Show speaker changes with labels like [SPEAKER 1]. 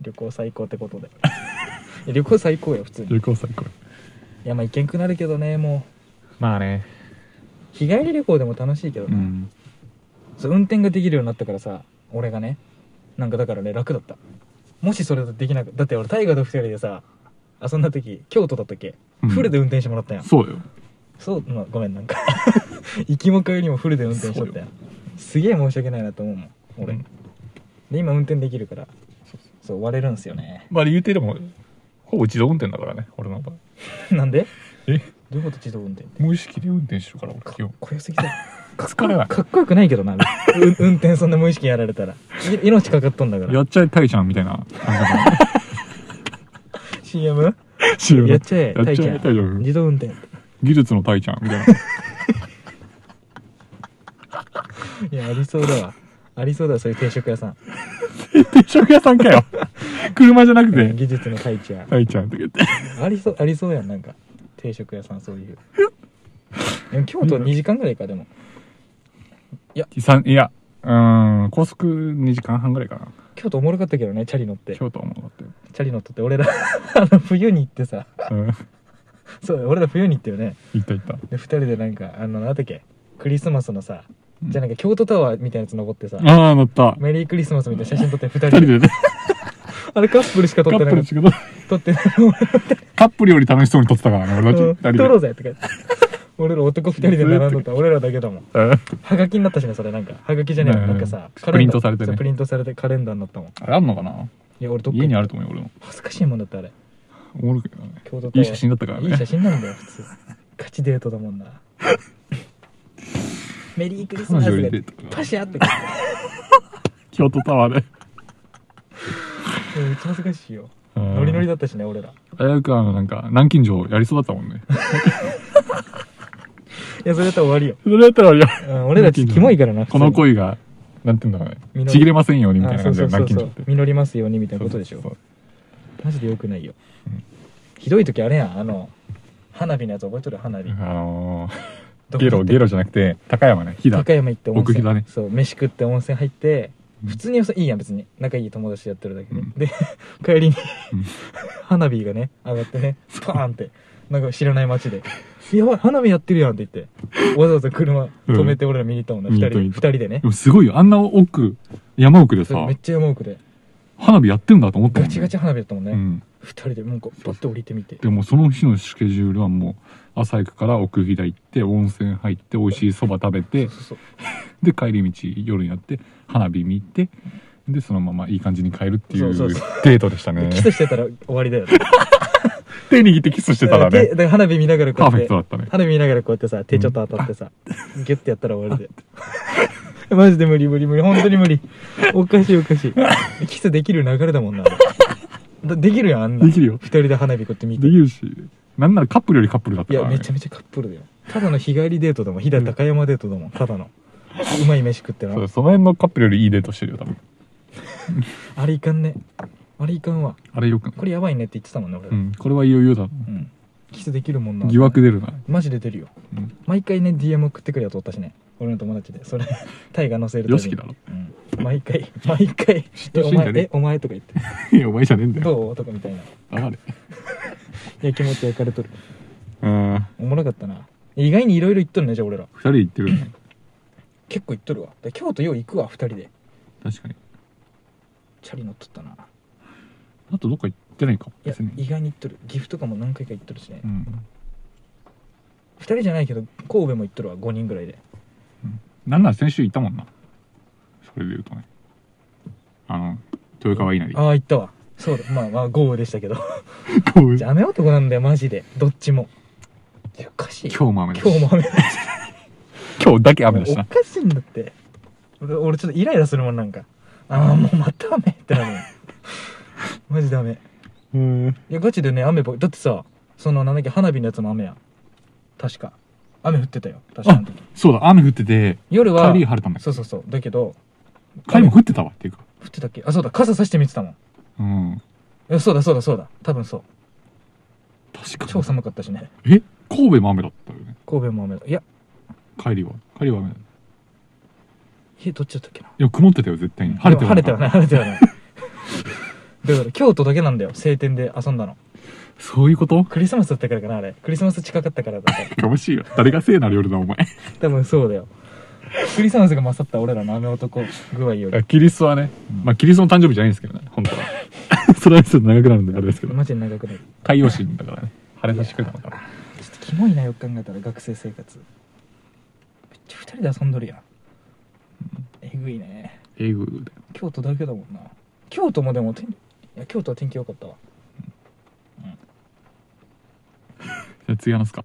[SPEAKER 1] 旅行最高ってことで いや旅行最高よ普通にい
[SPEAKER 2] 旅行最高
[SPEAKER 1] やまあ行けんくなるけどねも
[SPEAKER 2] まあね
[SPEAKER 1] う日帰り旅行でも楽しいけど
[SPEAKER 2] う
[SPEAKER 1] な、
[SPEAKER 2] ん
[SPEAKER 1] そう運転ができるようになったからさ俺がねなんかだからね楽だったもしそれだとできなくだって俺大河と二人でさ遊んだ時京都だったっけ、
[SPEAKER 2] うん
[SPEAKER 1] フルで運転してもらったやん
[SPEAKER 2] そうだよ
[SPEAKER 1] そう、まあ、ごめんなんか 行きも帰りもフルで運転しちゃったやんすげえ申し訳ないなと思うもん俺、
[SPEAKER 2] うん
[SPEAKER 1] で今運転できるからそう割れるんすよね
[SPEAKER 2] まあ言うてでもほぼ自動運転だからね俺の場合
[SPEAKER 1] なんで
[SPEAKER 2] え
[SPEAKER 1] どういうこと自動運転って
[SPEAKER 2] 無意識で運転してるから俺基
[SPEAKER 1] かっ
[SPEAKER 2] 本
[SPEAKER 1] こよすぎだよかっ
[SPEAKER 2] 疲れな い
[SPEAKER 1] かっこよくないけどなう運転そんな無意識やられたらい命かかっとんだから
[SPEAKER 2] やっちゃえたいちゃんみた いな感じだから
[SPEAKER 1] CM?
[SPEAKER 2] 知
[SPEAKER 1] や
[SPEAKER 2] ら
[SPEAKER 1] っ
[SPEAKER 2] ん
[SPEAKER 1] ちゃえ
[SPEAKER 2] や
[SPEAKER 1] た
[SPEAKER 2] っ
[SPEAKER 1] い
[SPEAKER 2] ち
[SPEAKER 1] ち
[SPEAKER 2] ゃ
[SPEAKER 1] ゃ
[SPEAKER 2] えたいちゃ
[SPEAKER 1] ん
[SPEAKER 2] ん
[SPEAKER 1] 自動運転
[SPEAKER 2] 技術のたいちゃんみたいな
[SPEAKER 1] いやありそうだわありそうだわそういう定食屋さん
[SPEAKER 2] 定食屋さんかよ 車じゃなくて
[SPEAKER 1] 技術の太一や
[SPEAKER 2] たいちゃんとか言って
[SPEAKER 1] ありそうありそうやんなんか定食屋さんそういうでも京都2時間ぐらいかでも
[SPEAKER 2] さんいやうーん高速2時間半ぐらいかな
[SPEAKER 1] 京都おもろかったけどねチャリ乗って
[SPEAKER 2] 京都はもうだって
[SPEAKER 1] チャリ乗ってて俺ら あの冬に行ってさ
[SPEAKER 2] うん
[SPEAKER 1] そう俺ら冬に行ったよね
[SPEAKER 2] 行った行った
[SPEAKER 1] で2人でなんかあのなんだっけクリスマスのさ
[SPEAKER 2] うん
[SPEAKER 1] じゃあなんか京都タワーみたいなやつ登ってさ
[SPEAKER 2] ああ乗った
[SPEAKER 1] メリークリスマスみたいな写真撮って2
[SPEAKER 2] 2
[SPEAKER 1] 人で
[SPEAKER 2] 人で
[SPEAKER 1] あれカップルしか撮
[SPEAKER 2] カ
[SPEAKER 1] って
[SPEAKER 2] ッ
[SPEAKER 1] な
[SPEAKER 2] プ
[SPEAKER 1] か
[SPEAKER 2] ル
[SPEAKER 1] っ
[SPEAKER 2] ですけど
[SPEAKER 1] た撮ってない俺
[SPEAKER 2] カップルより楽しそうに撮ってたからね俺
[SPEAKER 1] うん
[SPEAKER 2] たち2
[SPEAKER 1] 撮ろ
[SPEAKER 2] 人
[SPEAKER 1] うぜって感じ俺ら男2人で並んどったら俺らだけだもん
[SPEAKER 2] でうん
[SPEAKER 1] はがきになったしねそれなんかはがきじゃねえ
[SPEAKER 2] う
[SPEAKER 1] よ
[SPEAKER 2] ん
[SPEAKER 1] なんかさ
[SPEAKER 2] プリントされてね
[SPEAKER 1] そうプリントされてカレンダーになったもんい
[SPEAKER 2] あれあんのかな
[SPEAKER 1] や俺どっか
[SPEAKER 2] 家に
[SPEAKER 1] に
[SPEAKER 2] あると思うよ俺も
[SPEAKER 1] 恥ずかしいもんだってあれ
[SPEAKER 2] おもろいけどね
[SPEAKER 1] 京都タワー
[SPEAKER 2] いい写真だったからね
[SPEAKER 1] いい写真なんだよ普通ガチデートだも んなメリークリスマス
[SPEAKER 2] 彼女よりデ
[SPEAKER 1] で
[SPEAKER 2] ート
[SPEAKER 1] パシャって感
[SPEAKER 2] 京都タワーで
[SPEAKER 1] じめっちゃ恥ずかしいよ
[SPEAKER 2] ノ
[SPEAKER 1] ノリノリだったしね俺らい
[SPEAKER 2] 危うくあのなんか南京錠やりそうだったもんね
[SPEAKER 1] やそれやったら終わりよ、
[SPEAKER 2] それやったらあれよ
[SPEAKER 1] うん、俺らちょっとキモいからな
[SPEAKER 2] この
[SPEAKER 1] 恋
[SPEAKER 2] 恋がなんて言うんだろう
[SPEAKER 1] 実
[SPEAKER 2] ね
[SPEAKER 1] り
[SPEAKER 2] ちぎれませんようにみたいな
[SPEAKER 1] そ
[SPEAKER 2] 感
[SPEAKER 1] う
[SPEAKER 2] じ
[SPEAKER 1] そ
[SPEAKER 2] で
[SPEAKER 1] うそうそう
[SPEAKER 2] 南京錠って
[SPEAKER 1] 実りますようにみたいなことでしょ
[SPEAKER 2] そうそう
[SPEAKER 1] マジでよくないよ、ひどい時あれやんあの花火のやつ覚えとる花火、
[SPEAKER 2] そうあのー
[SPEAKER 1] どこ
[SPEAKER 2] ゲ
[SPEAKER 1] 行
[SPEAKER 2] ロ
[SPEAKER 1] って
[SPEAKER 2] ゲロじゃなくて高山ね飛騨
[SPEAKER 1] 高山行って温
[SPEAKER 2] 奥飛
[SPEAKER 1] 泉、
[SPEAKER 2] 騨ね
[SPEAKER 1] そう飯食って温泉入って
[SPEAKER 2] うん
[SPEAKER 1] 普通にそういいやん別に仲いい友達とやってるだけで、
[SPEAKER 2] うん
[SPEAKER 1] で 帰りに
[SPEAKER 2] うん
[SPEAKER 1] 花火がね上がってねパーンってなんか知らない街で「やばい花火やってるやん」って言ってわざわざ車止めて俺ら見に行ったもんな、
[SPEAKER 2] うん
[SPEAKER 1] 二
[SPEAKER 2] 見に
[SPEAKER 1] 人
[SPEAKER 2] 行っ
[SPEAKER 1] 二人でね
[SPEAKER 2] でもすごいよあんな奥山奥で
[SPEAKER 1] そ
[SPEAKER 2] さ
[SPEAKER 1] うめっちゃ山奥で
[SPEAKER 2] 花火やってんだと思ったも
[SPEAKER 1] ガ
[SPEAKER 2] んね
[SPEAKER 1] チガチ花火だったもん
[SPEAKER 2] う
[SPEAKER 1] ね
[SPEAKER 2] ん
[SPEAKER 1] 二、人でなんかパッと降りてみて
[SPEAKER 2] でもその日のスケジュールはもう朝行くから奥飛騨行って温泉入って美味しいそば食べて
[SPEAKER 1] そうそう
[SPEAKER 2] で帰り道夜になって花火見てでそのままいい感じに帰るっていう
[SPEAKER 1] そうそうそ
[SPEAKER 2] デートでしたね
[SPEAKER 1] でキスしてたら終わりだよ、ね、
[SPEAKER 2] 手握ってキスしてたら
[SPEAKER 1] で
[SPEAKER 2] ね
[SPEAKER 1] だから花火見ながらこ
[SPEAKER 2] パー
[SPEAKER 1] う
[SPEAKER 2] フ
[SPEAKER 1] やっ
[SPEAKER 2] ェク
[SPEAKER 1] て
[SPEAKER 2] トだったね
[SPEAKER 1] 花火見ながらこうやってさ手ちょっと当たってさ、ギュッてやったら終わりで マジで無理無理無理本当に無理おかしいおかしいキスできる流れだもんなだできるやんあんな
[SPEAKER 2] できるよ
[SPEAKER 1] 一人で花火こうやって見
[SPEAKER 2] で
[SPEAKER 1] て
[SPEAKER 2] きるしなんならカップルよりカップルだった
[SPEAKER 1] い
[SPEAKER 2] か
[SPEAKER 1] や
[SPEAKER 2] ら、ね、
[SPEAKER 1] めちゃめちゃカップルだよただの日帰りデートだもん飛騨高山デートだもんただのうまい飯食ってな
[SPEAKER 2] そうその辺のカップルよりいいデートしてるよ多分
[SPEAKER 1] あれいかんねあれいかんわ
[SPEAKER 2] あれよく
[SPEAKER 1] これやばいねって言ってたもんね俺
[SPEAKER 2] うんこれはいよいよだ
[SPEAKER 1] うんキスできるもんな
[SPEAKER 2] 疑惑出るな
[SPEAKER 1] マジで出るよ
[SPEAKER 2] うん
[SPEAKER 1] 毎回ね DM 送ってくるやつおったしね俺の友達でそれ タイが載せるたびに
[SPEAKER 2] よしきだろ
[SPEAKER 1] うん毎回毎回え
[SPEAKER 2] 嫉妬
[SPEAKER 1] お
[SPEAKER 2] してんじ
[SPEAKER 1] 前
[SPEAKER 2] ゃね
[SPEAKER 1] えお前とか言って
[SPEAKER 2] いやお前じゃねえんだよ
[SPEAKER 1] どうとかみたいな
[SPEAKER 2] あれ
[SPEAKER 1] いや気持ち焼かれとる
[SPEAKER 2] うん
[SPEAKER 1] おもろかったな意外にいろいろ言っとるねじゃあ俺ら
[SPEAKER 2] 二人で行ってるね
[SPEAKER 1] 結構行っとるわで京都よう行くわ2人で
[SPEAKER 2] 確かに
[SPEAKER 1] チャリ乗っとったない
[SPEAKER 2] あとどっか行ってないか
[SPEAKER 1] や
[SPEAKER 2] 別に
[SPEAKER 1] 意外に行っとる岐阜とかも何回か行っとるしね、
[SPEAKER 2] うん
[SPEAKER 1] 2人じゃないけど神戸も行っとるわ5人ぐらいで
[SPEAKER 2] なんなら先週行ったもんなそれで言うとねあの豊川稲荷
[SPEAKER 1] ああ行ったわそうだまあまあ豪雨でしたけど
[SPEAKER 2] こう
[SPEAKER 1] ダメ男なんだよマジでどっちもいやおかしい
[SPEAKER 2] 今日も雨だし
[SPEAKER 1] 今日も雨だし
[SPEAKER 2] 今日だけ雨だしな
[SPEAKER 1] おかしいんだって俺俺ちょっとイライラするもんなんかああもうまた雨ってなるもん マジダメ
[SPEAKER 2] うん
[SPEAKER 1] いやガチでね雨ばっだってさそのなんだっけ花火のやつも雨やん確か雨降ってたよ確かあの時
[SPEAKER 2] そうだ雨降ってて
[SPEAKER 1] 夜は
[SPEAKER 2] 帰り晴れたんだよ
[SPEAKER 1] そうそうそうだけど
[SPEAKER 2] 帰りも降ってたわっていうか
[SPEAKER 1] 降ってたっけあそうだ傘さして見てたもん
[SPEAKER 2] うん
[SPEAKER 1] えそうだそうだそうだ多分そう
[SPEAKER 2] 確か
[SPEAKER 1] 超
[SPEAKER 2] に
[SPEAKER 1] 寒かったしね
[SPEAKER 2] え神戸も雨だったよね
[SPEAKER 1] 神戸も雨だいや
[SPEAKER 2] 帰りは帰りは雨だい
[SPEAKER 1] えどっちだったっけな
[SPEAKER 2] や曇ってたよ絶対に晴れて
[SPEAKER 1] で
[SPEAKER 2] は
[SPEAKER 1] も晴
[SPEAKER 2] な
[SPEAKER 1] れて
[SPEAKER 2] かっ
[SPEAKER 1] はない晴れてはないだから京都だけなんだよ晴天で遊んだの
[SPEAKER 2] そういうこと
[SPEAKER 1] クリスマスだったからかなあれクリスマス近かったからだから
[SPEAKER 2] やかましいよ。誰が聖なる夜だ、お前。
[SPEAKER 1] 多分そうだよクリスマスが勝った俺らの雨男具合より
[SPEAKER 2] キリストはね、まあ、キリストの誕生日じゃないんですけどね、本当は。 それはちょっと長くなるんで、あれですけど。
[SPEAKER 1] マジで長くない
[SPEAKER 2] 海洋神だからね。晴れさしてくれたのから。
[SPEAKER 1] ちょっとキモいなよく考えたら学生生活めっちゃ二人で遊んどるやんえぐいね
[SPEAKER 2] 英語で。
[SPEAKER 1] 京都だけだもんな京都もでも天いや京都は天気良かったわ
[SPEAKER 2] じゃあ次話すか。